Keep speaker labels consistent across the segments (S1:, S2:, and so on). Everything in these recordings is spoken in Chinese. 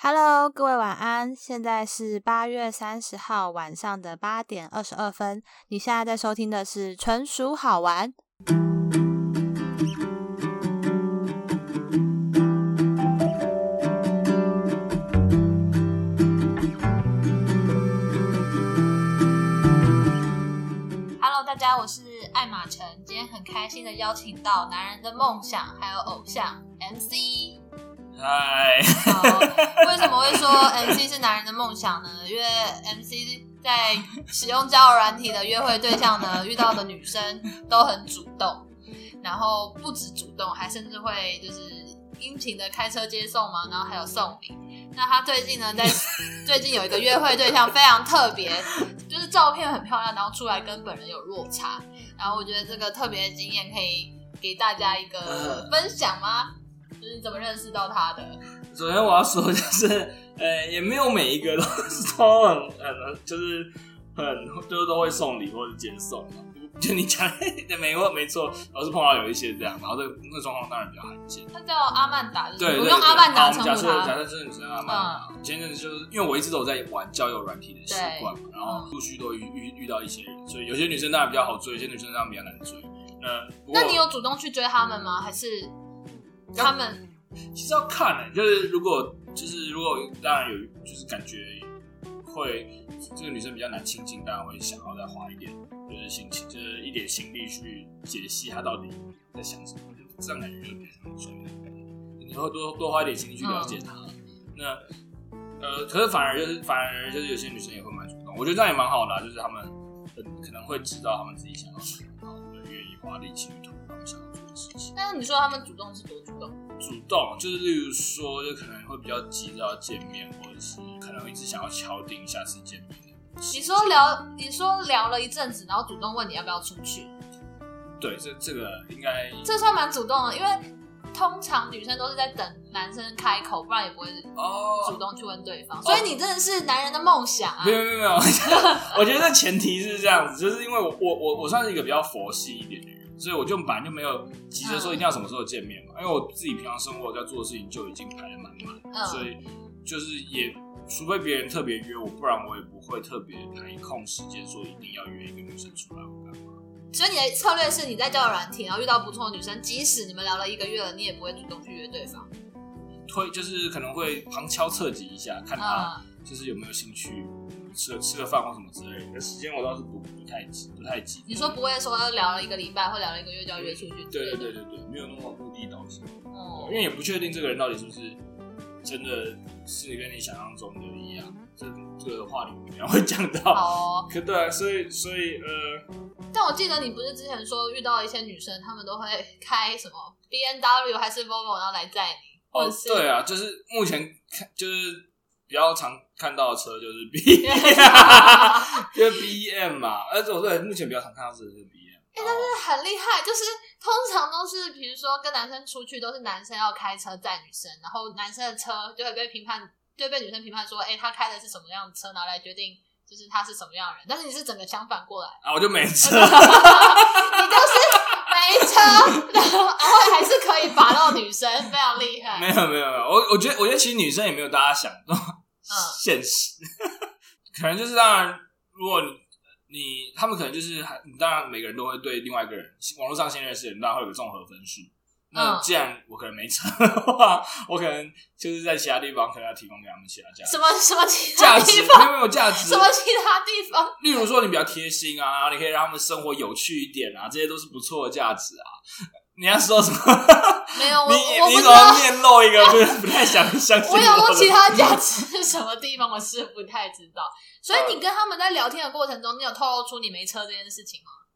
S1: Hello，各位晚安，现在是八月三十号晚上的八点二十二分。你现在在收听的是《纯属好玩》。Hello，大家，我是艾玛晨，今天很开心的邀请到《男人的梦想》还有偶像 MC。
S2: 嗨，
S1: 好，为什么会说 MC 是男人的梦想呢？ 因为 MC 在使用交友软体的约会对象呢，遇到的女生都很主动，然后不止主动，还甚至会就是殷勤的开车接送嘛，然后还有送礼。那他最近呢，在最近有一个约会对象非常特别，就是照片很漂亮，然后出来跟本人有落差。然后我觉得这个特别的经验可以给大家一个
S2: 嗯
S1: 分享吗？就是你怎么认识到他的？
S2: 首先我要说就是，呃，也没有每一个都都很很就是很就是都会送礼或者接送嘛。就你讲的没错没错，我是碰到有一些这样，然后这个那状况当然比较罕见。
S1: 他叫阿曼达，就是
S2: 对，对
S1: 嗯我
S2: 对
S1: 用阿曼
S2: 好
S1: 达
S2: 我
S1: 称
S2: 们假
S1: 呼
S2: 设假
S1: 他。嗯
S2: 设嗯这个女生阿曼达，前阵子就是因为我一直都有在玩交友软体的习惯嘛，然后陆续都遇遇遇到一些人，所以有些女生当然比较好追，有些女生当然比较难追。那不过
S1: 那你有主动去追他们
S2: 嗯
S1: 吗？还是
S2: 要
S1: 他们
S2: 其实要看呢、就是如果就是如果当然有就是感觉会这个女生比较难亲近，当然会想要再花一点就是心情，就是一点心力去解析她到底在想什么，这样感觉就比较像专业的感觉，你会多多花一点心力去了解她。那呃，可是反而就是反而就是有些女生也会蛮主动，我觉得这样也蛮好的啊、就是她们呃可能会知道她们自己想要什么，然后会愿意花力气去投入她们想要做的事情。
S1: 那你说他们主动是多主动？
S2: 主动，就是例如说，就可能会比较急着要见面，或者是可能一直想要敲定下次见面的时间。
S1: 你说聊，你说聊了一阵子，然后主动问你要不要出去，
S2: 对，这这个应该
S1: 这算蛮主动的，因为通常女生都是在等男生开口，不然也不会主
S2: 哦，
S1: 动去问对方。所以你真的是男人的梦想啊
S2: 没！有没有没有， 我觉得这前提是这样子，就是因为我我我我算是一个比较佛系一点的人，所以我就本来就没有急着说一定要什么时候见面嘛，因为我自己平常生活在做的事情就已经排的满满，所
S1: 嗯，
S2: 以就是也。除非别人特别约我，不然我也不会特别排空时间说一定要约一个女生出来或干嘛。
S1: 所以你的策略是你在交友软体，然后遇到不错的女生，即使你们聊了一个月了，你也不会主动去约对方。
S2: 推，就是可能会旁敲侧击一下，看他
S1: 嗯，
S2: 就是有没有兴趣，吃了吃个饭或什么之类的。时间我倒是不不太急，不太急。
S1: 你说不会说聊了一个礼拜或聊了一个月就要约出去之类
S2: 对
S1: 的？
S2: 对对对对，没有那么目的导向，
S1: 哦
S2: 因为也不确定这个人到底是不是真的是跟你想象中的一样。这这个话里面 会讲到，
S1: 好哦，
S2: 可对啊，所以所以呃，
S1: 但我记得你不是之前说遇到一些女生，她们都会开什么 B N W 还是 Volvo，然后来载你，或
S2: 哦
S1: 者是、
S2: 对啊，就是目前看就是比较常看到的车就是 B，就 是 B M 嘛，而且我对目前比较常看到的是 B M。哎，但是
S1: 很厉害，就是通常都是比如说跟男生出去都是男生要开车载女生，然后男生的车就会被评判，就会被女生评判说，哎、他开的是什么样的车，然后来决定就是他是什么样的人。但是你是整个相反过来，
S2: 啊，我就没车。
S1: 你就是没车，然后偶尔还是可以把到女生，非常厉害。
S2: 没有没有没有，我我觉得我觉得其实女生也没有大家想那么
S1: 嗯
S2: 现实， 可能就是当然，如果你你他们可能就是还你当然每个人都会对另外一个人网络上先认识的人，当然会有个综合分数。那
S1: 嗯
S2: 既然我可能没车的话，我可能就是在其他地方可能要提供给他们其他价值
S1: 什么什么其
S2: 价
S1: 他
S2: 值，
S1: 地
S2: 没有
S1: 方？
S2: 没有价值
S1: 什。么其他地方？
S2: 例如说你比较贴心啊，然后你可以让他们生活有趣一点啊，这些都是不错的价值啊。你要说什么？
S1: 没有，我
S2: 你
S1: 我
S2: 你
S1: 不
S2: 怎
S1: 知道
S2: 么，面露一个不是不太想相信
S1: 我
S2: 的
S1: 有没有其他价值是什么地方，我是不太知道。所以你跟他们在聊天的过程中，你有透露出你没车这件事情吗？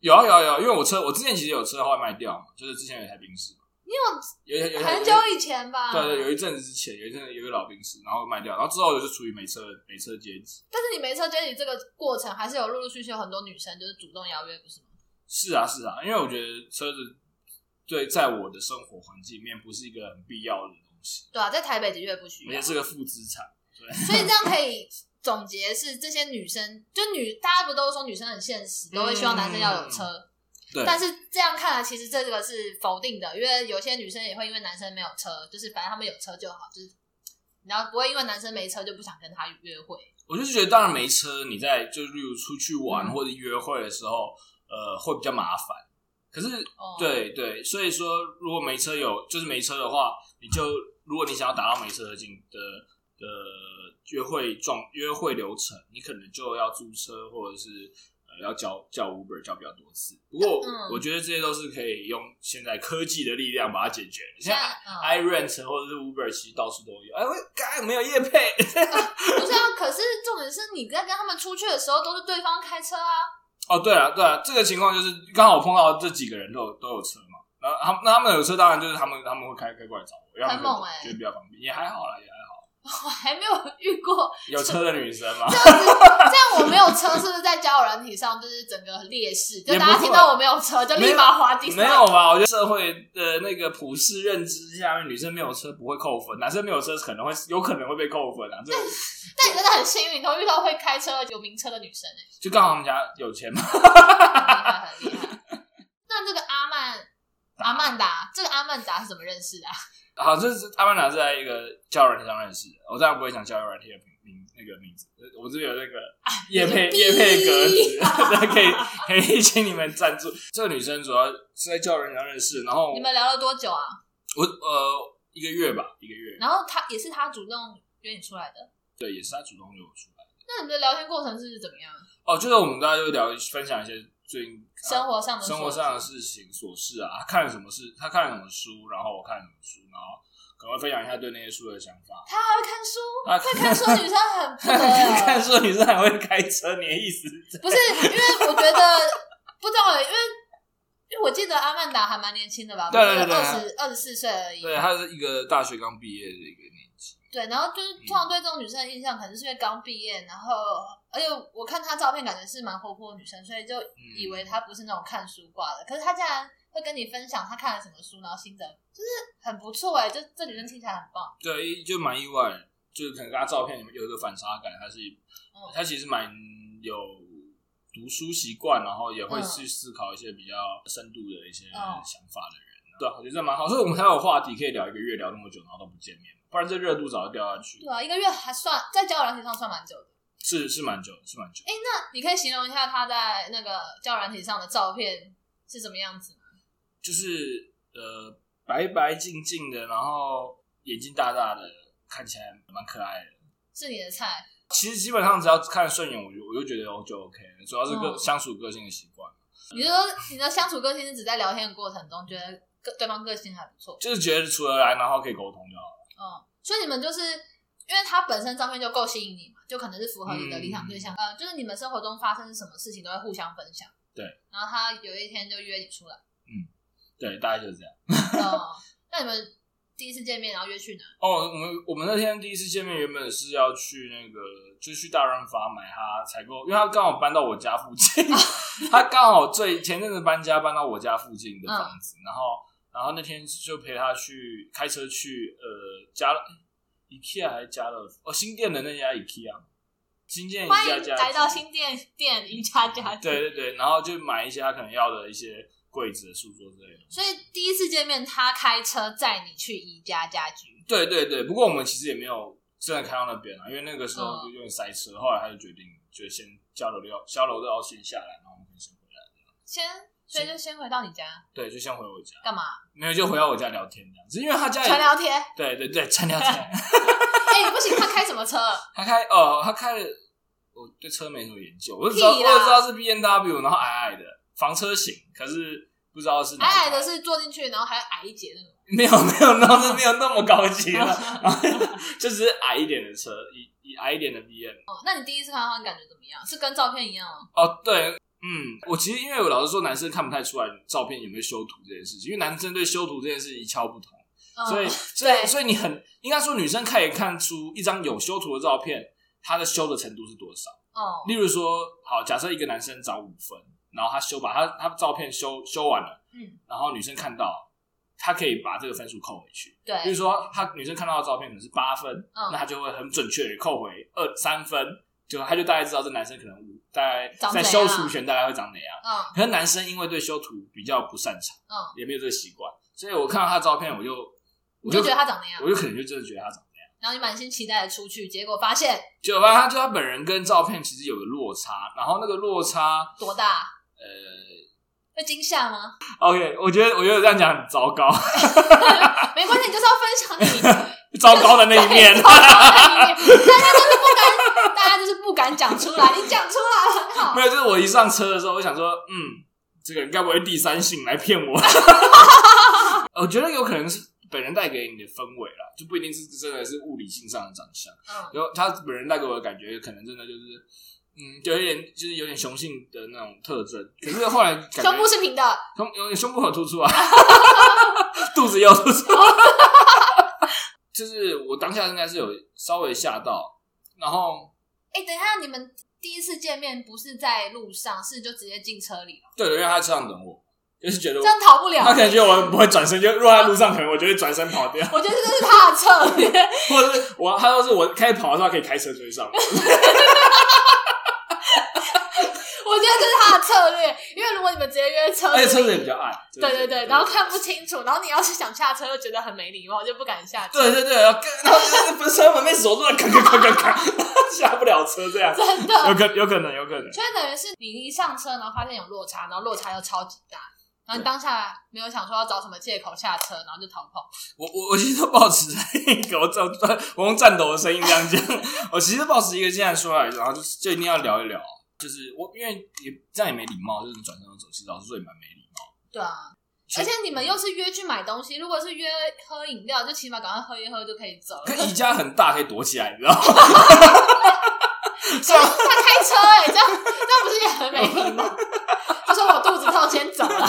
S2: 有啊有啊有啊，因为我车我之前其实有车，后来卖掉嘛，就是之前有一台宾士嘛，你有有一台
S1: 很久以前吧。
S2: 对对，有一阵子之前有一阵有一个老宾士，然后卖掉，然后之后我就是处于没车没车阶级。
S1: 但是你没车接你这个过程，还是有陆陆续续有很多女生就是主动邀约，不是吗？
S2: 是啊是啊，因为我觉得车子对在我的生活环境里面不是一个很必要的东西，
S1: 对啊，在台北的确不需
S2: 而
S1: 要
S2: 且。是个负资产。
S1: 所以这样可以总结是，这些女生就女，大家不都说女生很现实，都会希望男生要有车。
S2: 对，
S1: 但是这样看来，其实这个是否定的，因为有些女生也会因为男生没有车，就是反正他们有车就好，就是然后不会因为男生没车就不想跟他约会。
S2: 我就是觉得，当然没车，你在就例如出去玩
S1: 嗯
S2: 或者约会的时候，呃，会比较麻烦。可是，
S1: 哦，，
S2: 对对，所以说，如果没车有，就是没车的话，你就如果你想要达到没车的境的的约会状约会流程，你可能就要租车或者是呃要叫叫 Uber 叫比较多次。不过，
S1: 嗯
S2: 我觉得这些都是可以用现在科技的力量把它解决的。
S1: 现
S2: 像
S1: 在
S2: i
S1: 嗯，
S2: rent 或者是 Uber 其实到处都有。哎，我该没有夜配。
S1: 不是啊，可是重点是你在跟他们出去的时候都是对方开车啊，
S2: 哦，对了，对了，这个情况就是刚好碰到这几个人都有都有车嘛，然后他们那他们有车，当然就是他们他们会开开过来找我，因为他
S1: 很
S2: 们
S1: 猛欸
S2: 觉得比较方便，也还好啦，也还好。
S1: 我还没有遇过
S2: 有车的女生嘛，
S1: 这样我没有车，是不是在交友软体上就是整个劣势？就
S2: 也不
S1: 大家
S2: 会
S1: 听到我没有车，就立马滑地上。
S2: 没有吧？我觉得社会的那个普世认知下面，女生没有车不会扣分，男生没有车可能会有可能会被扣分啊。这个
S1: 但你真的很幸运，你都遇到会开车有名车的女生、 欸，
S2: 就刚好他们家有钱嘛，
S1: 很厉害，很厉害。那这个阿曼阿曼达，这个阿曼达是怎么认识的、啊？
S2: 好，这是阿曼达是在一个交友软件上认识的，我当然不会讲交友软件的名名那个名字，我这边有那个叶配
S1: 啊你
S2: 叶配格 子
S1: 逼，
S2: 大家可以可以请你们赞助。这个女生主要是在交友软件上认识，然后
S1: 你们聊了多久啊？
S2: 我呃一个月吧，一个月，
S1: 然后他也是他主动约你出来的，
S2: 对，也是她主动约我出来。
S1: 那你们的聊天过程是怎么样？
S2: 哦，就是我们大家就聊分享一些最近啊
S1: 生活上的
S2: 生活
S1: 琐事
S2: 上的事情、琐事啊，看了什么事，她看了什么书，然后我看了什么书，然后可能会分享一下对那些书的想法。
S1: 他还会看书，
S2: 啊
S1: 会看书的女生很不得了
S2: 看书女生还会开车，你的意思是这样？
S1: 不是，因为我觉得不知道欸，因为因为我记得阿曼达还蛮年轻的吧，
S2: 对对对
S1: 二十二十四岁而已。
S2: 对，她是一个大学刚毕业的一个年纪。
S1: 对然后就是通常对这种女生的印象，可能是因为刚毕业，然后而且我看她照片，感觉是蛮活泼的女生，所以就以为她不是那种看书挂的。可是她竟然会跟你分享她看了什么书，然后心得就是很不错哎，就这女生听起来很棒。
S2: 对，就蛮意外的，就是可能跟他照片里面有一个反差感，他是、
S1: 嗯
S2: 他其实蛮有读书习惯，然后也会
S1: 嗯
S2: 去思考一些比较深度的一些
S1: 嗯
S2: 想法的人。对啊，我觉得这蛮好，所以我们才有话题可以聊一个月，聊那么久，然后都不见面，不然这热度早就掉下去。
S1: 对啊，一个月还算在交友软体上算蛮久的。
S2: 是是蛮久，是蛮久。
S1: 你可以形容一下她在那个交友软体上的照片是什么样子吗？
S2: 就是呃白白净净的，然后眼睛大大的，看起来蛮可爱的。
S1: 是你的菜。
S2: 其实基本上只要看顺眼，我就我就觉得我就 OK 了，主要是个、
S1: 嗯
S2: 相处个性的习惯。
S1: 你是说你的相处个性是只在聊天的过程中觉得个对方个性还不错，
S2: 就是觉得处得来，然后可以沟通就好
S1: 嗯，
S2: 了。
S1: 所以你们就是因为他本身照片就够吸引你嘛，就可能是符合你的理想
S2: 嗯
S1: 对象，呃，就是你们生活中发生什么事情都会互相分享，
S2: 对，
S1: 然后他有一天就约你 出来，
S2: 对，大概就是这样。
S1: 嗯，那你们第一次见面然后约去哪？
S2: 哦，我们我们那天第一次见面，原本是要去那个，就去大润发买他采购，因为他刚好搬到我家附近，
S1: 哦
S2: 他刚好最前阵子搬家搬到我家附近的房
S1: 嗯
S2: 子，然后然后那天就陪他去开车去呃家乐 IKEA 还是家乐福哦新店的那家 IKEA，新店
S1: 欢
S2: IKEA
S1: 迎
S2: 家
S1: 来到新店店宜家家居，
S2: 对对对，然后就买一些他可能要的一些柜子、书桌之类的。
S1: 所以第一次见面他开车载你去宜家家居，
S2: 对对对，不过我们其实也没有真的开到那边啊，因为那个时候
S1: 嗯
S2: 就有点塞车，后来他就决定就先交流到交流到先下来，然后我们可以先回来。
S1: 先所以就先回到你家
S2: 对，就先回我家，
S1: 干嘛？
S2: 没有就回到我家聊天这样子，因为他家
S1: 传
S2: 里
S1: 聊 天？
S2: 对 对对，纯聊天。
S1: 哎、不行，他开什么 车？
S2: 他开哦，他开了，我对车没什么研究，我就知道我
S1: 屁啦
S2: 只知道是 B N W，然后矮矮的房车型，可是不知道是哪一
S1: 矮矮
S2: 台
S1: 的是坐进去，然后还矮一截那种。
S2: 没有 没有，那是没有那么高级了，然后 就只是矮一点的车，以以矮一点的 B N。
S1: 哦，那你第一次看到他，你感觉怎么样？是跟照片一样吗？
S2: 哦，对，嗯，我其实因为我老实说，男生看不太出来照片有没有修图这件事情，因为男生对修图这件事一窍不通，
S1: 嗯、
S2: 所以所以
S1: 对
S2: 所以你很应该说，女生可以看出一张有修图的照片，它的修的程度是多少。
S1: 哦，
S2: 例如说，好，假设一个男生找五分，然后他修把他他照片修修完了，
S1: 嗯，
S2: 然后女生看到，她可以把这个分数扣回去。比如
S1: 对，
S2: 说，她女生看到的照片可能是八分，
S1: 嗯
S2: 那她就会很准确的扣回二三分，就她就大概知道这男生可能五大概
S1: 长
S2: 在
S1: 怎
S2: 修
S1: 样
S2: 图前大概会长怎
S1: 嗯
S2: 样。可是男生因为对修图比较不擅长，
S1: 嗯，
S2: 也没有这个习惯，所以我看到他的照片，我就我
S1: 你就觉得他长那样
S2: 我。就可能就真的觉得他长这样。
S1: 然后你满心期待的出去，结果发现
S2: 就发现他就他本人跟照片其实有个落差，然后那个落差，
S1: 多大？
S2: 呃
S1: 会惊吓吗？
S2: ，OK，我觉得我觉得这样讲很糟糕，
S1: 没关系，你就是要分享你
S2: 糟糕的那一面
S1: 对糟。糕的一面，大家就是不敢，大家就是不敢讲出来，你讲出来很好
S2: 没。有，就是我一上车的时候，我想说，嗯，这个人该不会第三性来骗我？ 我觉得有可能是本人带给你的氛围啦，就不一定是真的是物理性上的长相。
S1: 嗯，
S2: 然后他本人带给我的感觉，可能真的就是，嗯，就有点就是有点雄性的那种特征。可是后来感觉
S1: 胸部是平的，哎
S2: 胸有点胸部很突出啊， 肚子又突出，啊就是我当下应该是有稍微吓到，然后
S1: 哎、等一下，你们第一次见面不是在路上，是就直接进车里了，
S2: 对，因为他在车上等我，就是觉
S1: 这
S2: 得我
S1: 样逃不了。
S2: 他可能觉得我不会转身，就如果在路上，可能我就会转身跑掉，
S1: 我觉得这是他的策略，
S2: 或者是我他要是我开始跑的时候，他可以开车追上我。
S1: 我觉得这是他的策略，因为如果你们直接约车，
S2: 而且车子也比较矮，真的
S1: 对对对，然后看不清楚，然后你要是想下车又觉得很没礼貌，就不敢下车。
S2: 对对对，然后跟然后就是不是车门被锁住了，咔咔咔咔咔，下不了车这样，
S1: 真的，
S2: 有可有可能有可能，
S1: 所以等于是你一上车，然后发现有落差，然后落差又超级大，然后你当下没有想说要找什么借口下车，然后就逃跑。
S2: 我我我其实都保持在一个我这我用颤抖的声音这样讲，我其实保持一个这样说来，然后就就一定要聊一聊，就是我因为也这样也没礼貌，就是你转身走，其实老实说也蛮没礼貌。
S1: 对啊，而且你们又是约去买东西，如果是约喝饮料，就起码赶快喝一喝就可以走了。
S2: 可宜家很大，可以躲起来，你知道吗？
S1: 他开车哎、这样这样不是也很没礼 貌？他说我肚子痛，先走了。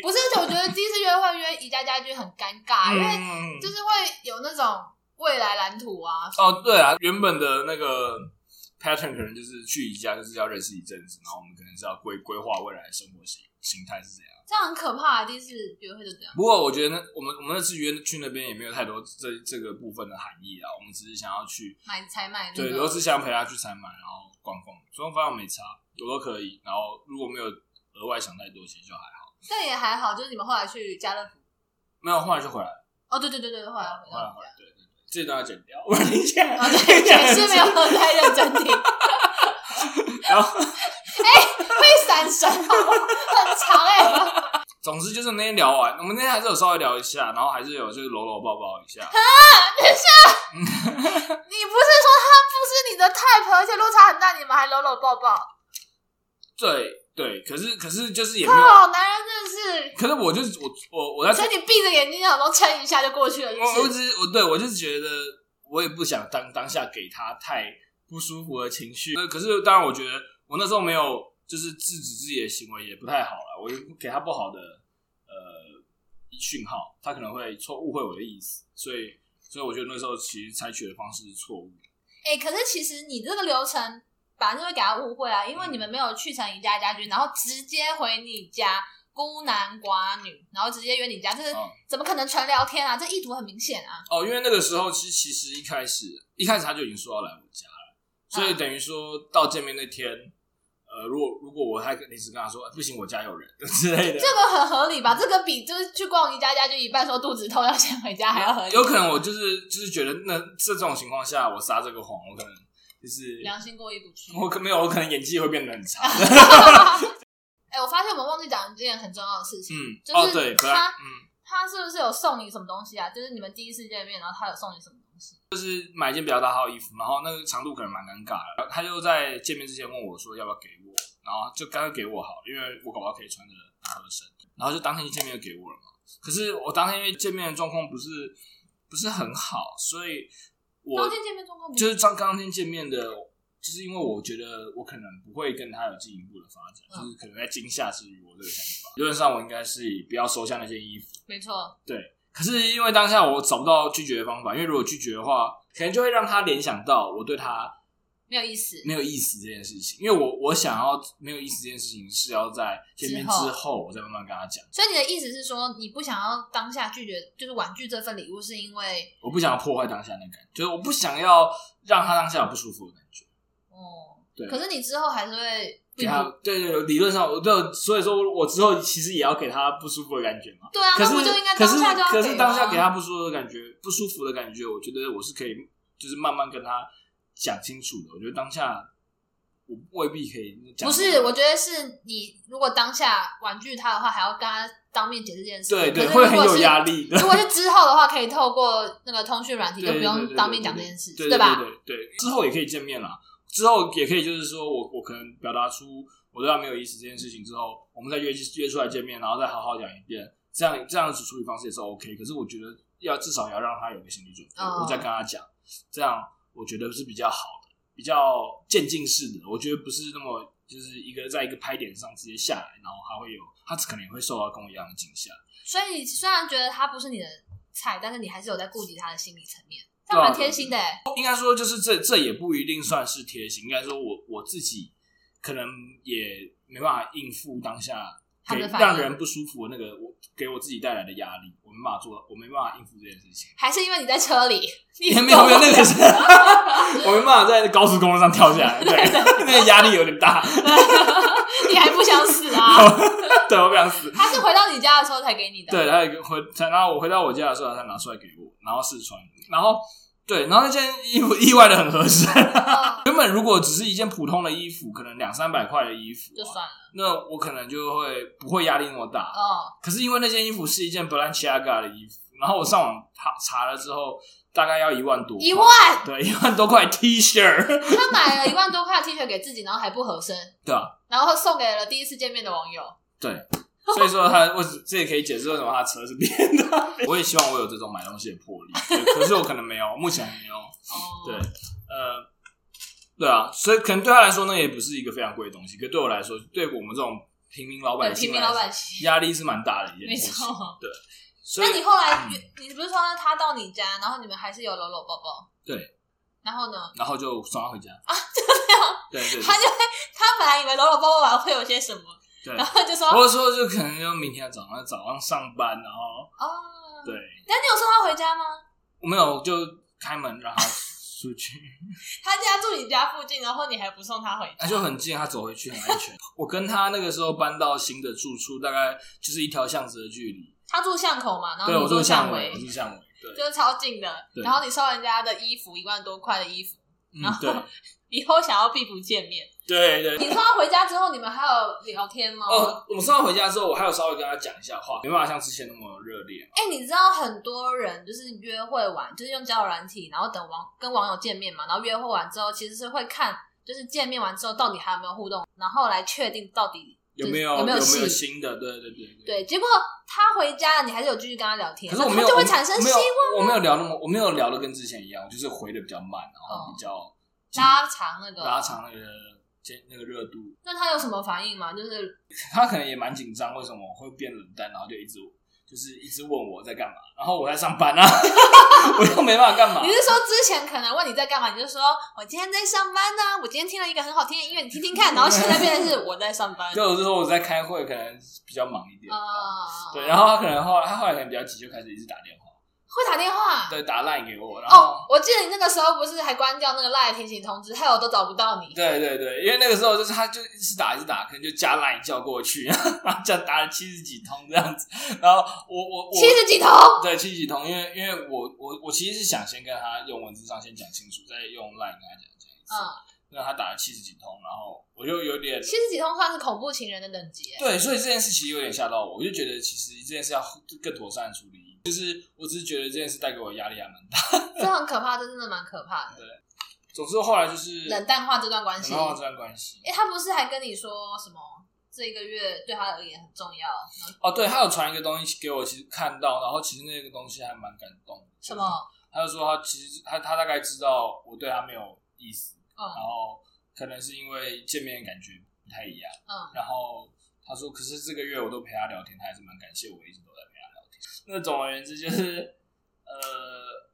S1: 不是，而且我觉得第一次约会约宜家家居很尴尬，因为
S2: 嗯
S1: 就是会有那种未来蓝图啊，
S2: 哦，对啊，原本的那个 pattern 可能就是去宜家就是要认识一阵子，然后我们可能是要规规划未来的生活形形态是怎样。
S1: 这样很可怕。啊第一次约会就这样，
S2: 不过我觉得那我们我们那次约去那边也没有太多这这个部分的含义啊啦，我们只是想要去
S1: 买采买那
S2: 对，我
S1: 个。
S2: 只想陪他去采买，然后逛逛，双方没差，我都可以。然后如果没有额外想太多，其实就还好。
S1: 但也还好，就是你们后来去家乐福。
S2: 没有，后来就回来了，
S1: 哦，对对对对，后来回
S2: 后来
S1: 到
S2: 回来，对对对，这段要剪掉，我理解。
S1: 啊，对， 也是没有太认真听，哎
S2: 然后，
S1: 会闪神好不好很长哎、
S2: 总之就是那天聊完，我们那天还是有稍微聊一下，然后还是有就是搂搂抱抱一下。
S1: 你不是说他不是你的 type，而且落差很大，你们还搂搂抱抱，
S2: 对对，可是可是就是也没有，
S1: 靠，哦男人真的是。
S2: 可是我就是我我我在
S1: 所以你闭着眼睛，然后撑一下就过去了，是
S2: 我
S1: 不
S2: 我
S1: 是？
S2: 只是我对我就是觉得，我也不想当当下给他太不舒服的情绪。那可是当然，我觉得我那时候没有就是制止自己的行为也不太好了，我也给他不好的呃讯号，他可能会错误会我的意思，所以所以我觉得那时候其实采取的方式是错误的。
S1: 哎、可是其实你这个流程反正会给他误会啊，因为你们没有去成宜家家居，然后直接回你家，孤男寡女，然后直接约你家，这是、
S2: 嗯
S1: 怎么可能纯聊天啊？这意图很明显啊！
S2: 哦，因为那个时候其实其实一开始一开始他就已经说要来我家了，所以
S1: 嗯
S2: 等于说到见面那天。呃，如果如果我还临时跟他说、哎不行，我家有人 之类的，
S1: 这个很合理吧？这个比就是去逛宜家家居一半说肚子痛要先回家还要合理，
S2: 有可能我就是就是觉得那这种情况下，我撒这个谎，我可能嗯就是
S1: 良心过意不去。
S2: 我可没有，我可能演技会变得很差。
S1: 啊哎、我发现我们忘记讲一件很重要的事情，
S2: 嗯，
S1: 就是
S2: 哦对，本来
S1: 他
S2: 嗯
S1: 他是不是有送你什么东西啊？就是你们第一次见面，然后他有送你什么东西？
S2: 买一件比较大号的衣服，然后那个长度可能蛮尴尬的。然后他就在见面之前问我说要不要给我，然后就干脆给我好，因为我搞不好可以穿着大合身。然后就当天一见面就给我了嘛。可是我当天因为见面的状况不是不是很好，所以我
S1: 当天见面状况不
S2: 就是刚刚天见面的，就是因为我觉得我可能不会跟他有进一步的发展，
S1: 嗯
S2: 就是可能在惊吓之余，我这个想法，理论上我应该是以不要收下那件衣服。
S1: 没错，
S2: 可是因为当下我找不到拒绝的方法，因为如果拒绝的话，可能就会让他联想到我对他
S1: 没有意思。
S2: 没有意思这件事情。因为我我想要没有意思这件事情是要在见面
S1: 之后
S2: 之后，我再慢慢跟他讲。
S1: 所以你的意思是说，你不想要当下拒绝，就是婉拒这份礼物，是因为
S2: 我不想要破坏当下那个感觉，就是我不想要让他当下有不舒服的感觉。
S1: 哦，
S2: 对
S1: 可是你之后还是会
S2: 给他，对对对，理论上我对，所以说我我之后其实也要给他不舒服的感觉嘛。
S1: 对啊，
S2: 可
S1: 那
S2: 是
S1: 我就应该
S2: 可
S1: 当
S2: 是
S1: 下就要
S2: 可是当下给
S1: 啊
S2: 他不舒服的感觉，不舒服的感觉，我觉得我是可以，就是慢慢跟他讲清楚的。我觉得当下我未必可以讲，啊
S1: 不是，我觉得是你如果当下婉拒他的话，还要跟他当面解释这件事。
S2: 对对
S1: 可是
S2: 会
S1: 如
S2: 很
S1: 果
S2: 有
S1: 是
S2: 压力的。
S1: 如果是之后的话，可以透过那个通讯软体，就不
S2: 对对对
S1: 用
S2: 对
S1: 当面
S2: 对
S1: 讲这件事，
S2: 对
S1: 吧？
S2: 对对对，之后也可以见面啦，之后也可以就是说我我可能表达出我对他没有意思这件事情之后，我们再约约出来见面，然后再好好讲一遍，这样这样子处理方式也是 OK。可是我觉得要至少要让他有一个心理准备，
S1: 哦
S2: 我再跟他讲，这样我觉得是比较好的，比较渐进式的，我觉得不是那么。就是一个在一个拍点上直接下来，然后他会有，他可能也会受到跟我一样的惊吓。
S1: 所以你虽然觉得他不是你的菜，但是你还是有在顾及他的心理层面，这
S2: 对啊
S1: 样蛮贴心的、欸。
S2: 应该说就是这这也不一定算是贴心，应该说我我自己可能也没办法应付当下
S1: 他
S2: 给
S1: 的反应
S2: 让人不舒服的那个我给我自己带来的压力，我没办法做，我没办法应付这件事情。
S1: 还是因为你在车里，你
S2: 也没有没有那个是， 我没办法在高速公路上跳下 来，对，那个压力有点大，
S1: 你还不想死啊？
S2: 对，我不想死。
S1: 他是回到你家的时候才给你的，，
S2: 对，他有一个回，才然后我回到我家的时候，他拿出来给我，然后试穿，然后对，然后那件衣服意外的很合身。
S1: 哦、
S2: 原本如果只是一件普通的衣服，可能两三百块的衣服啊、
S1: 就算了。
S2: 那我可能就会不会压力那么大。
S1: 哦，
S2: 可是因为那件衣服是一件 Balenciaga 的衣服，然后我上网查查了之后，大概要一万多块，
S1: 一万，
S2: 对，一万多块 T 恤，
S1: 他买了一万多块的 T 恤给自己，然后还不合身，
S2: 对啊吧？
S1: 然后送给了第一次见面的网友。哦
S2: 对，所以说他我这也可以解释为什么他车是变的。 我也希望我有这种买东西的魄力，对可是我可能没有，目前 没有。
S1: 哦，
S2: 对，呃，对啊，所以可能对他来说，那也不是一个非常贵的东西，可对我来说，对我们这种平民老百
S1: 对，
S2: 姓
S1: 平
S2: 来
S1: 民
S2: 说，
S1: 老百姓，
S2: 压力是蛮大的一件
S1: 没
S2: 事情。
S1: 错。
S2: 所以嗯
S1: 那你后来，你不是说他到你家，然后你们还是有搂搂抱抱？
S2: 对。
S1: 然后呢？
S2: 然后就送他回家啊，就这 样，对对
S1: 他就会，他本来以为搂搂抱抱完会有些什么，
S2: 对
S1: 然
S2: 对。
S1: 后就说
S2: 或者说，就可能就明天早上早上上班，然后
S1: 哦，
S2: 对，
S1: 那你有送他回家吗？
S2: 我没有就开门让他出去，
S1: 他家住你家附近，然后你还不送他回
S2: 那
S1: 家？
S2: 哎就很近，他走回去很安全。我跟他那个时候搬到新的住处，大概就是一条巷子的距离。
S1: 他住巷口嘛，然后
S2: 对，
S1: 你
S2: 我住
S1: 巷
S2: 巷我住巷尾，对，
S1: 就是超近的。
S2: 对
S1: 然后你收人家的衣服一万多块的衣服，然
S2: 嗯，
S1: 后
S2: 对，
S1: 以后想要必不见 面。
S2: 对对。
S1: 你送他回家之后，你们还有聊天吗？
S2: 哦，我上回家之后，我还有稍微跟他讲一下话，没办法像之前那么热烈。
S1: 哎、你知道很多人就是约会完，就是用交友软体，然后等网跟网友见面嘛，然后约会完之后，其实是会看，就是见面完之后到底还有没有互动，然后来确定到底
S2: 有
S1: 就是
S2: 没
S1: 有
S2: 有
S1: 没
S2: 没有
S1: 戏。
S2: 新的？对对对。
S1: 对，结果他回家了，你还是有继续跟他聊天，
S2: 嗯可是我
S1: 那
S2: 没
S1: 他
S2: 有，
S1: 就会产生
S2: 我
S1: 希啊
S2: 没有，我没有聊那么，我没有聊的跟之前一样，我就是回的比较慢，然后比较、
S1: 哦拉长那个。
S2: 拉长那个间那个热度。
S1: 那他有什么反应吗？就是
S2: 他可能也蛮紧张，为什么我会变冷淡，然后就一直就是一直问我在干嘛，然后我在上班啊， 我又没办法干嘛
S1: 你。是说之前可能问你在干嘛，你就说我今天在上班呢、我今天听了一个很好听的音乐，你听听看。然后现在变成是我在上班。
S2: 就我就说我在开会，可能比较忙一点。
S1: 啊，
S2: 对，然后他可能后来他后来可能比较急，就开始一直打电话，
S1: 会打电话。
S2: 对，打赖给我，然后。
S1: 哦，我记得你那个时候不是还关掉那个赖提醒通知，害我都找不到你。
S2: 对对对，因为那个时候就是他就一直打一直打，可能就加赖叫过去， 然后叫打了七十几通这样子。然后我我我
S1: 七十几头，
S2: 对七十几通，因为因为我我我其实是想先跟他用文字上先讲清楚，再用赖跟他讲这样子。
S1: 嗯，
S2: 那他打了七十几通，然后我就有点
S1: 七十几通算是恐怖情人的等级欸。
S2: 对，所以这件事其实有点吓到我，我就觉得其实这件事要更妥善地处理。就是我只是觉得这件事带给我压力还蛮大。
S1: 这很可怕，这真的蛮可怕的。
S2: 总之后来就是
S1: 冷淡化这段关系。
S2: 然后这段关系
S1: 哎、他不是还跟你说什么？这一个月对他而言很重要，
S2: 哦，对他有传一个东西给我，其实看到，然后其实那个东西还蛮感动的。
S1: 什么？
S2: 他就说他其实他他大概知道我对他没有意思，然
S1: 嗯
S2: 后可能是因为见面感觉不太一样，
S1: 嗯，
S2: 然后他说，可是这个月我都陪他聊天，他还是蛮感谢我一直都在陪他聊天。那总而言之就是，呃，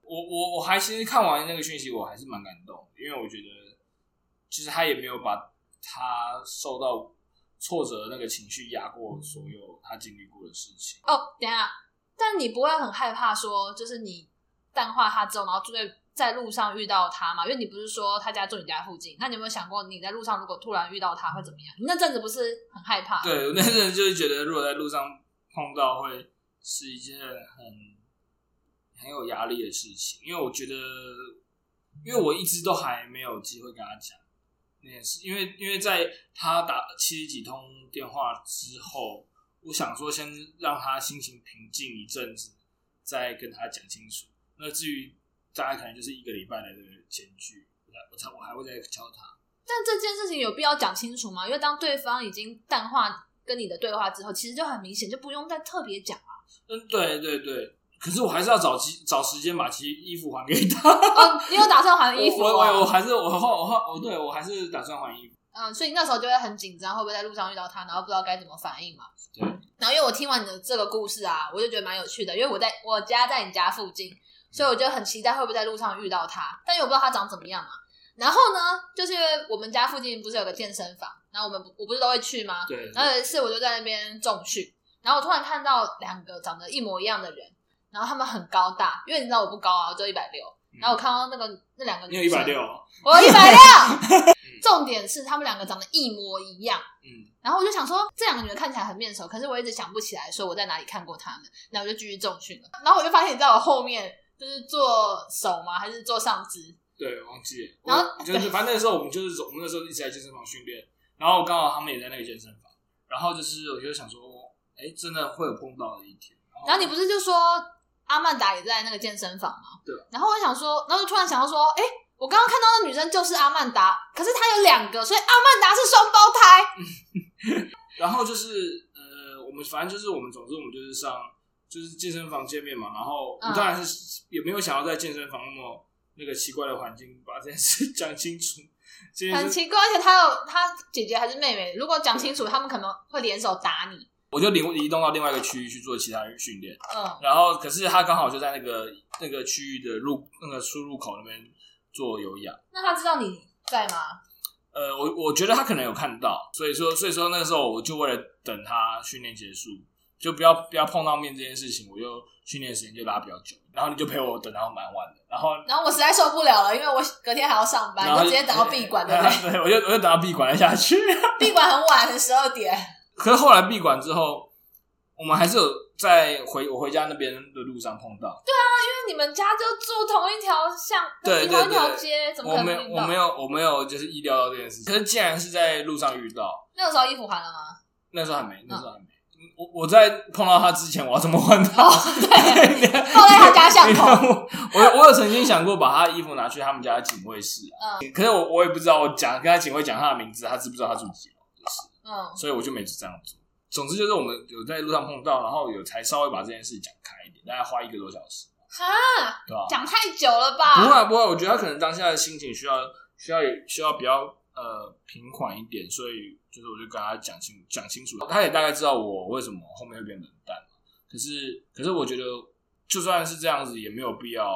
S2: 我我我还其实看完那个讯息，我还是蛮感动的，因为我觉得其实他也没有把他受到挫折的那个情绪压过所有他经历过的事情。
S1: 哦，等一下，但你不会很害怕说，就是你淡化他之后，然后就会在路上遇到他嘛？因为你不是说他家住你家附近，那你有没有想过你在路上如果突然遇到他会怎么样？你那阵子不是很害怕？
S2: 对，我那阵就是觉得，如果在路上碰到，会是一件很很有压力的事情，因为我觉得，因为我一直都还没有机会跟他讲那件事，因为因为在他打七十几通电话之后，我想说先让他心情平静一阵子，再跟他讲清楚。那至于大概可能就是一个礼拜的间距，我才我才我还会再敲他。
S1: 但这件事情有必要讲清楚吗？因为当对方已经淡化跟你的对话之后，其实就很明显，就不用再特别讲。
S2: 嗯，对对对，可是我还是要找机找时间把其衣服还给他。
S1: 哦，你有打算还 衣服
S2: 我我我
S1: 吗？
S2: 还是我后我后我对我还是打算还衣服。
S1: 嗯，所以你那时候就会很紧张，会不会在路上遇到他，然后不知道该怎么反应嘛？
S2: 对。
S1: 然后因为我听完你的这个故事啊，我就觉得蛮有趣的，因为我在我家在你家附近，所以我就很期待会不会在路上遇到他，但又不知道他长怎么样嘛。然后呢，就是因为我们家附近不是有个健身房，然后我们不我不是都会去吗？
S2: 对，嗯
S1: 然后有一次我就在那边重训，然后我突然看到两个长得一模一样的人，然后他们很高大，因为你知道我不高啊，我就一百六。然后我看到那个那两个
S2: 你
S1: 女
S2: 有
S1: 生，
S2: 一百六，哦
S1: 我一百六。 重点是他们两个长得一模一样，
S2: 嗯，
S1: 然后我就想说这两个女的看起来很面熟，可是我一直想不起来说我在哪里看过她们，然后我就继续重训了。然后我就发现你在我后面就是做手吗？还是做上肢？
S2: 对，忘记了。
S1: 然后
S2: 我就是反正那时候我们就是走我们那时候一直在健身房训练，然后刚好他们也在那个健身房，然后就是我就想说，哎，真的会有碰到的一天。
S1: 然后你不是就说阿曼达也在那个健身房吗？
S2: 对。
S1: 然后我想说，然后就突然想到说，哎、我刚刚看到的女生就是阿曼达，可是她有两个，所以阿曼达是双胞胎。
S2: 然后就是呃，我们反正就是我们，总之我们就是上就是健身房见面嘛。然后
S1: 嗯
S2: 我当然是也没有想要在健身房那么那个奇怪的环境把这件事讲清楚。 这件
S1: 很
S2: 事
S1: 奇怪，而且她有她姐姐还是妹妹，如果讲清楚，他们可能会联手打你。
S2: 我就移移动到另外一个区域去做其他训练。
S1: 嗯，
S2: 然后可是他刚好就在那个那个区域的入那个出入口那边做有氧。
S1: 那她知道你在吗？
S2: 呃，我我觉得他可能有看到，所以说所以说那时候我就为了等他训练结束，就不要不要碰到面这件事情，我就训练时间就拉比较久，然后你就陪我等到蛮晚的，然后
S1: 然后我实在受不了了，因为我隔天还要上班，
S2: 然后
S1: 就直接等到闭馆，对不对？
S2: 对？我就我就等到闭馆了下去。
S1: 闭馆很晚，十二点。
S2: 可是后来闭馆之后，我们还是有在回我回家那边的路上碰到。
S1: 那你们家就住同一条巷，
S2: 对对
S1: 同一条
S2: 对
S1: 街，怎么
S2: 我
S1: 可
S2: 没
S1: 能
S2: 有
S1: 不遇
S2: 我没
S1: 到？
S2: 有我没有就是意料到这件事，可是既然是在路上遇到，
S1: 那个时候衣服还了吗？
S2: 那时候还没，那时候
S1: 嗯
S2: 还没。我我在碰到他之前，我要怎么换他？ 对，
S1: 哦放在他家巷口。
S2: 我我有曾经想过把他衣服拿去他们家的警卫室、啊，
S1: 嗯
S2: 可是我我也不知道，我讲跟他警卫讲他的名字，他知不知道他住几楼？
S1: 嗯，
S2: 所以我就没这样做。总之就是我们有在路上碰到，然后有才稍微把这件事讲开一点，大概花一个多小时，
S1: 哈，
S2: 对啊吧、
S1: 讲太久了
S2: 不
S1: 吧？
S2: 会啊不会，我觉得他可能当下的心情需要需要需要比较呃平缓一点，所以就是我就跟他讲清讲清楚，他也大概知道我为什么后面会变冷淡。可是可是我觉得就算是这样子，也没有必要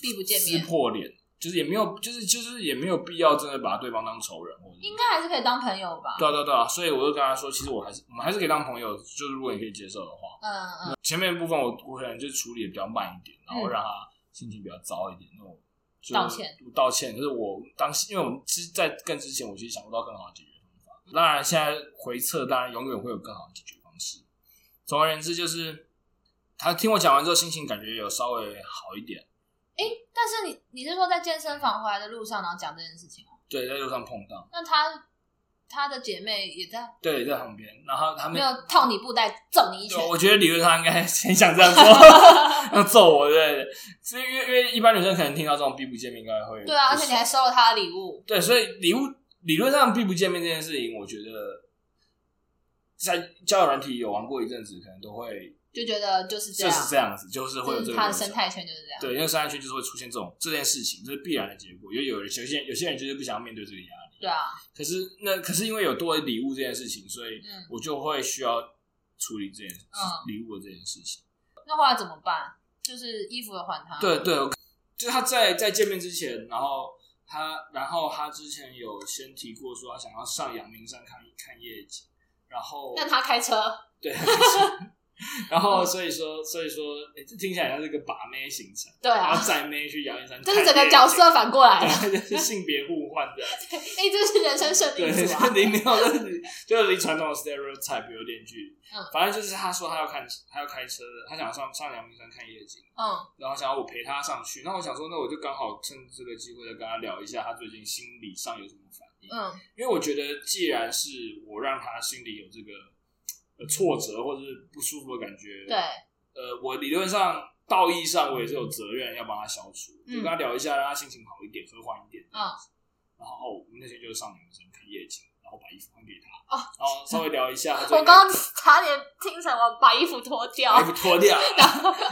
S1: 避不见
S2: 撕
S1: 面，
S2: 破脸，就是也没有就是就是也没有必要真的把对方当仇人或者是
S1: 应该还是可以当朋友吧？
S2: 对啊对啊对啊，所以我就跟他说，其实我还是我们还是可以当朋友，就是如果你可以接受的话。
S1: 嗯嗯，
S2: 前面的部分我我可能就处理的比较慢一点，然后
S1: 嗯
S2: 让他心情比较糟一点，那我就
S1: 道歉，
S2: 道歉。就是我当时，因为我们之在更之前，我其实想不到更好的解决方法。当然，现在回测，当然永远会有更好的解决方式。总而言之，就是他听我讲完之后，心情感觉有稍微好一点。
S1: 但是你你是说在健身房回来的路上，然后讲这件事情吗？
S2: 对，在路上碰到，
S1: 那她她的姐妹也在，
S2: 对，在旁边，然后他们
S1: 没有套你布袋揍你一拳
S2: 对，？我觉得理论上应该很想这样 做，要揍我对，所以因为因为一般女生可能听到这种避不见面，应该会
S1: 对啊，而且你还收了她的礼物，
S2: 对，所以礼物理论上避不见面这件事情，我觉得在交友软体有玩过一阵子，可能都会
S1: 就觉得就是这
S2: 就
S1: 样，
S2: 是这样子，就是会
S1: 啊
S2: 有
S1: 就是
S2: 这个
S1: 她的
S2: 流程
S1: 生态圈就是这样。
S2: 对，因为生态圈就是会出现这种这件事情，这是必然的结果。因为有人有些人有些人就是不想要面对这个压力，
S1: 对啊，
S2: 可是那可是因为有多礼物这件事情，所以
S1: 嗯，
S2: 我就会需要处理这件事
S1: 嗯
S2: 礼物的这件事情。
S1: 那后来怎么办？就是衣服有还她，
S2: 对对，我就是他在在见面之前，然后他然后他之前有先提过说他想要上阳明山看看夜景，然 后
S1: 那她开车，
S2: 对，然后所以说所以说，哎、这听起来像是一个把妹行程，
S1: 对啊
S2: 然后，载妹去阳明 山，
S1: 就是整个角色反过来了。
S2: 对，啊就是性别互换这样。
S1: 哎， 这是人生胜利
S2: 对，
S1: 组啊！
S2: 离没有，就是就是离传统的 stereotype 有点距离。
S1: 嗯
S2: 反正就是他说他要看，他要开车，他想上上阳明山看夜景，
S1: 嗯，
S2: 然后想要我陪他上去。那我想说，那我就刚好趁这个机会再跟他聊一下，他最近心理上有什么反应。
S1: 嗯，
S2: 因为我觉得，既然是我让他心里有这个呃挫折或者是不舒服的感觉，
S1: 对，
S2: 呃，我理论上、道义上，我也是有责任要帮他消除，
S1: 嗯
S2: 就跟他聊一下，让他心情好一点，和缓一点。
S1: 嗯，
S2: 然后我们那天就是上女生看夜景，然后把衣服换给他，
S1: 哦
S2: 然后稍微聊一下。他最
S1: 我
S2: 近
S1: 刚刚差点听成我把衣服脱掉
S2: 把衣，服脱掉，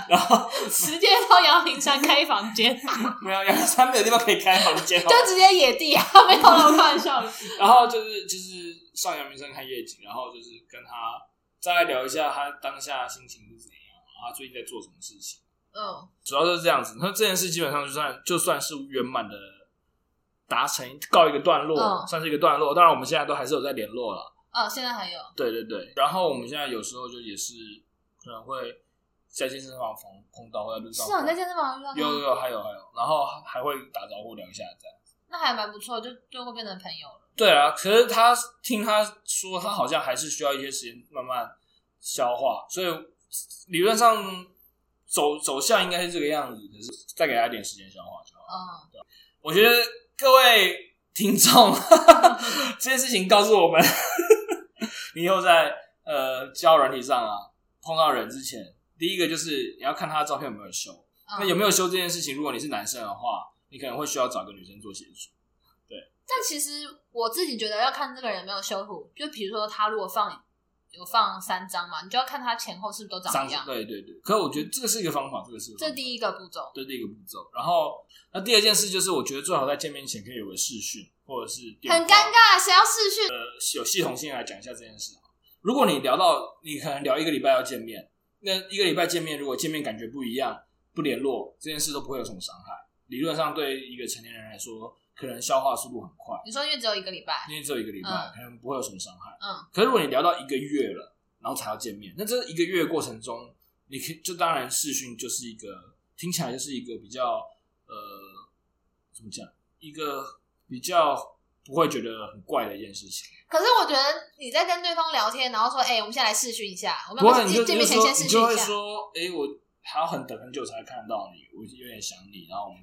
S2: 然后
S1: 直接到阳明山开房 间，
S2: 没有，然后他没有地方可以开房间，好吧
S1: 就直接野地啊，没有啦，我开玩笑的。
S2: 然后就是就是上阳明山看夜景，然后就是跟他再来聊一下他当下心情是怎样，然后他最近在做什么事情。
S1: 嗯，
S2: 主要就是这样子。那这件事基本上就算就算是圆满的达成，告一个段落，
S1: 嗯
S2: 算是一个段落。当然，我们现在都还是有在联络了。
S1: 哦，现在还有，
S2: 对对对。然后我们现在有时候就也是可能会在健身房碰碰到，或在路上
S1: 是啊，
S2: 碰
S1: 你在健身房遇到
S2: 有
S1: 他，
S2: 有有，还有还有，然后还会打招呼聊一下这样。
S1: 那还蛮不错，就就会变成朋友了。
S2: 对啊，可是他听他说，他好像还是需要一些时间慢慢消化，所以理论上走走向应该是这个样子，可是再给他一点时间消化就好。
S1: 嗯，
S2: 我觉得各位听众， 这件事情告诉我们， 你以后在呃交友软体上啊碰到人之前，第一个就是你要看他的照片有没有修。那有没
S1: 有？
S2: 有修这件事情，如果你是男生的话，你可能会需要找个女生做协助。
S1: 但其实我自己觉得要看这个人有没有修图，就比如说他如果放有放三张嘛，你就要看他前后是不是都长一样。
S2: 对对对，可是我觉得这个是一个方法，这个是
S1: 这第一个步骤，
S2: 这第一个步骤。然后那第二件事就是，我觉得最好在见面前可以有个视讯或者是电话
S1: 很尴尬，谁要试训？
S2: 有系统性来讲一下这件事啊。如果你聊到你可能聊一个礼拜要见面，那一个礼拜见面，如果见面感觉不一样，不联络，这件事都不会有什么伤害。理论上对一个成年人来说，可能消化速度很快，
S1: 你说因为只有一个礼拜，
S2: 因为只有一个礼拜，
S1: 嗯
S2: 可能不会有什么伤害。
S1: 嗯，
S2: 可是如果你聊到一个月了，然后才要见面，那这一个月的过程中，你可以就当然视讯就是一个听起来就是一个比较呃怎么讲，一个比较不会觉得很怪的一件事情。
S1: 可是我觉得你在跟对方聊天，然后说：“哎、我们先来试训一下，我们
S2: 不
S1: 要
S2: 过
S1: 不
S2: 你
S1: 要
S2: 就
S1: 见
S2: 你
S1: 面
S2: 就
S1: 前
S2: 说
S1: 先
S2: 你
S1: 试
S2: 就
S1: 训
S2: 会
S1: 一下
S2: 说，哎、我还要很等很久才看到你，我有点想你，然后我们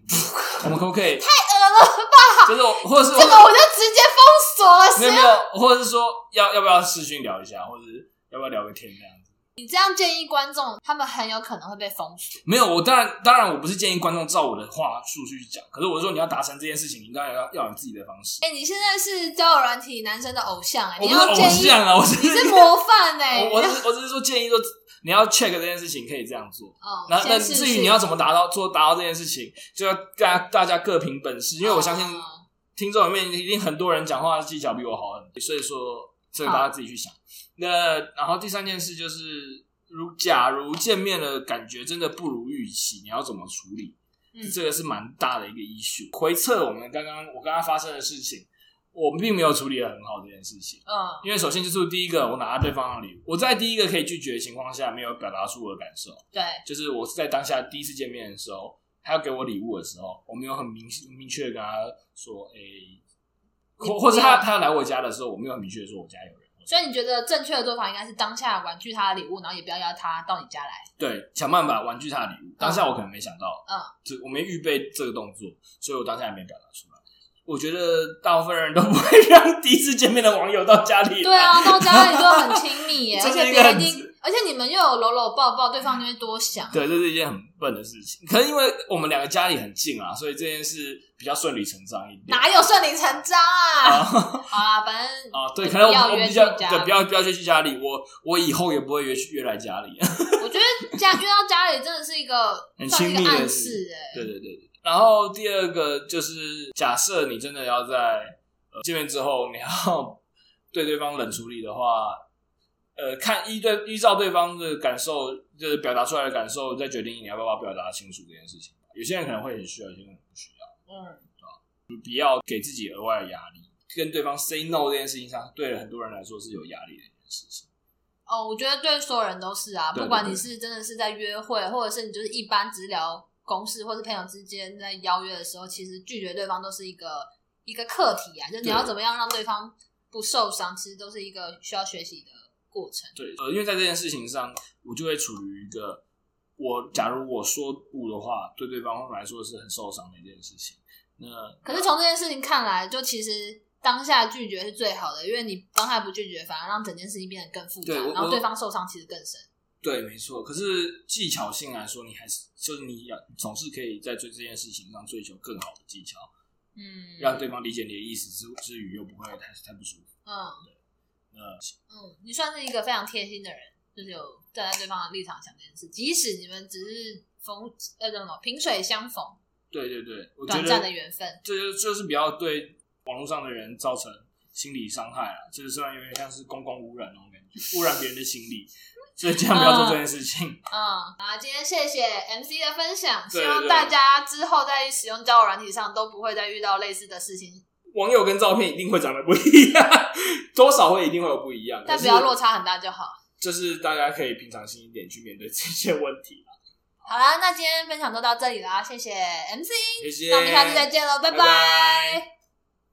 S2: 我们可不可以太恶了吧？就是我或者是？”
S1: 这个我就直接封锁了，
S2: 没
S1: 谁
S2: 有没有，或者是说要要不要视讯聊一下，或者是要不要聊个天这样子？
S1: 你这样建议观众，他们很有可能会被封锁。
S2: 没有，我当然当然我不是建议观众照我的话术去讲，可是我说你要达成这件事情，你当然要要有你自己的方式。
S1: 哎、你现在是交友软体男生的偶像、哎，
S2: 我
S1: 你
S2: 不是
S1: 要
S2: 偶
S1: 建议
S2: 像啊，我是
S1: 你 是模范哎、
S2: 我我只是我只是说建议说你要 check 这件事情可以这样做。
S1: 哦，
S2: 那那
S1: 先试
S2: 至于
S1: 训
S2: 你要怎么达到做达到这件事情，就要大家大家各凭本事，因为我相信
S1: 哦
S2: 听众里面一定很多人讲话技巧比我好很多，所以说这个
S1: 好
S2: 大家自己去想。那然后第三件事就是，如假如见面的感觉真的不如预期，你要怎么处理？
S1: 嗯
S2: 这个是蛮大的一个 issue。回测我们刚刚我刚刚发生的事情，我们并没有处理的很好这件事情。
S1: 嗯
S2: 因为首先就是第一个，我拿到对方的礼物，我在第一个可以拒绝的情况下，没有表达出我的感受。
S1: 对，
S2: 就是我是在当下第一次见面的时候，他要给我礼物的时候，我没有很明明确的跟他说，诶、
S1: 你
S2: 或或者他
S1: 不要
S2: 他来我家的时候，我没有很明确的说我家有人，
S1: 所以你觉得正确的做法应该是当下婉拒他的礼物，然后也不要邀他到你家来。
S2: 对，想办法婉拒他的礼物。当下我可能没想到，
S1: 嗯，
S2: 就我没预备这个动作，所以我当下也没表达出来。我觉得大部分人都不会 让第一次见面的网友到家里来，
S1: 对啊，到家里就很亲密耶、
S2: 这
S1: 而
S2: 是
S1: 且
S2: 一
S1: 别
S2: 个
S1: 人
S2: 很
S1: 一定，而且你们又有搂搂抱抱，对方就会多想。
S2: 对，这是一件很笨的事情。可是因为我们两个家里很近啊，所以这件事比较顺理成章一点。
S1: 哪有顺理成章啊？
S2: 啊？
S1: 好啦，反正
S2: 啊，对，
S1: 就
S2: 可能我
S1: 不要
S2: 我
S1: 约
S2: 比较
S1: 去家
S2: 对，
S1: 里
S2: 不要不要约去家里，我我以后也不会约去约来家里。
S1: 我觉得家约到家里真的是一个
S2: 很
S1: 算是一
S2: 亲密
S1: 个
S2: 的
S1: 暗
S2: 事
S1: 示哎、
S2: 对对对对。然后第二个就是，假设你真的要在、呃、见面之后，你要 对对方冷处理的话，呃，看依对依照对方的感受，就是表达出来的感受，再决定你要不要表达清楚这件事情。有些人可能会很需要，有些人可能不需要。
S1: 嗯，
S2: 要给自己额外的压力，跟对方 say no 这件事情上，对很多人来说是有压力的一件事情。
S1: 哦，我觉得对所有人都是啊，
S2: 对对
S1: 不管
S2: 对
S1: 你是真的是在约会，或者是你就是一般只是聊公事或是朋友之间在邀约的时候，其实拒绝对方都是一个一个课题啊，就是你
S2: 对
S1: 要怎么样让对方不受伤，其实都是一个需要学习的过程。
S2: 对，呃，因为在这件事情上，我就会处于一个我假如我说不的话，对对方来说是很受伤的一件事情。那
S1: 可是从这件事情看来，就其实当下拒绝是最好的，因为你当下不拒绝，反而让整件事情变得更复杂，
S2: 对我
S1: 然后
S2: 我
S1: 对方受伤其实更深。
S2: 对，没错。可是技巧性来说，你还是就是你要总是可以在追这件事情上追求更好的技巧，
S1: 嗯，
S2: 让对方理解你的意思之之余，又不会太太不舒服。
S1: 嗯
S2: 那
S1: 嗯，你算是一个非常贴心的人，就是有站在对方的立场想这件事，即使你们只是逢呃什么萍水相逢，
S2: 对对对，我觉
S1: 短暂
S2: 得
S1: 的缘分。
S2: 这就就是比较对网络上的人造成心理伤害啊，就是虽然有点像是公共污染那种感觉，污染别人的心理，所以尽量不要做这件事情。
S1: 嗯，啊，今天谢谢 MC 的分享，
S2: 对
S1: 希望
S2: 对
S1: 大家之后在使用交友软体上都不会再遇到类似的事情，
S2: 网友跟照片一定会长得不一样，多少会一定会有不一样，
S1: 但
S2: 可
S1: 不
S2: 是
S1: 要落差很大就好。
S2: 就是大家可以平常心一点去面对这些问题啦。
S1: 好啦，那今天分享就到这里啦，谢谢 MC，
S2: 谢谢，
S1: 那我们下次再见喽，
S2: 拜
S1: 拜拜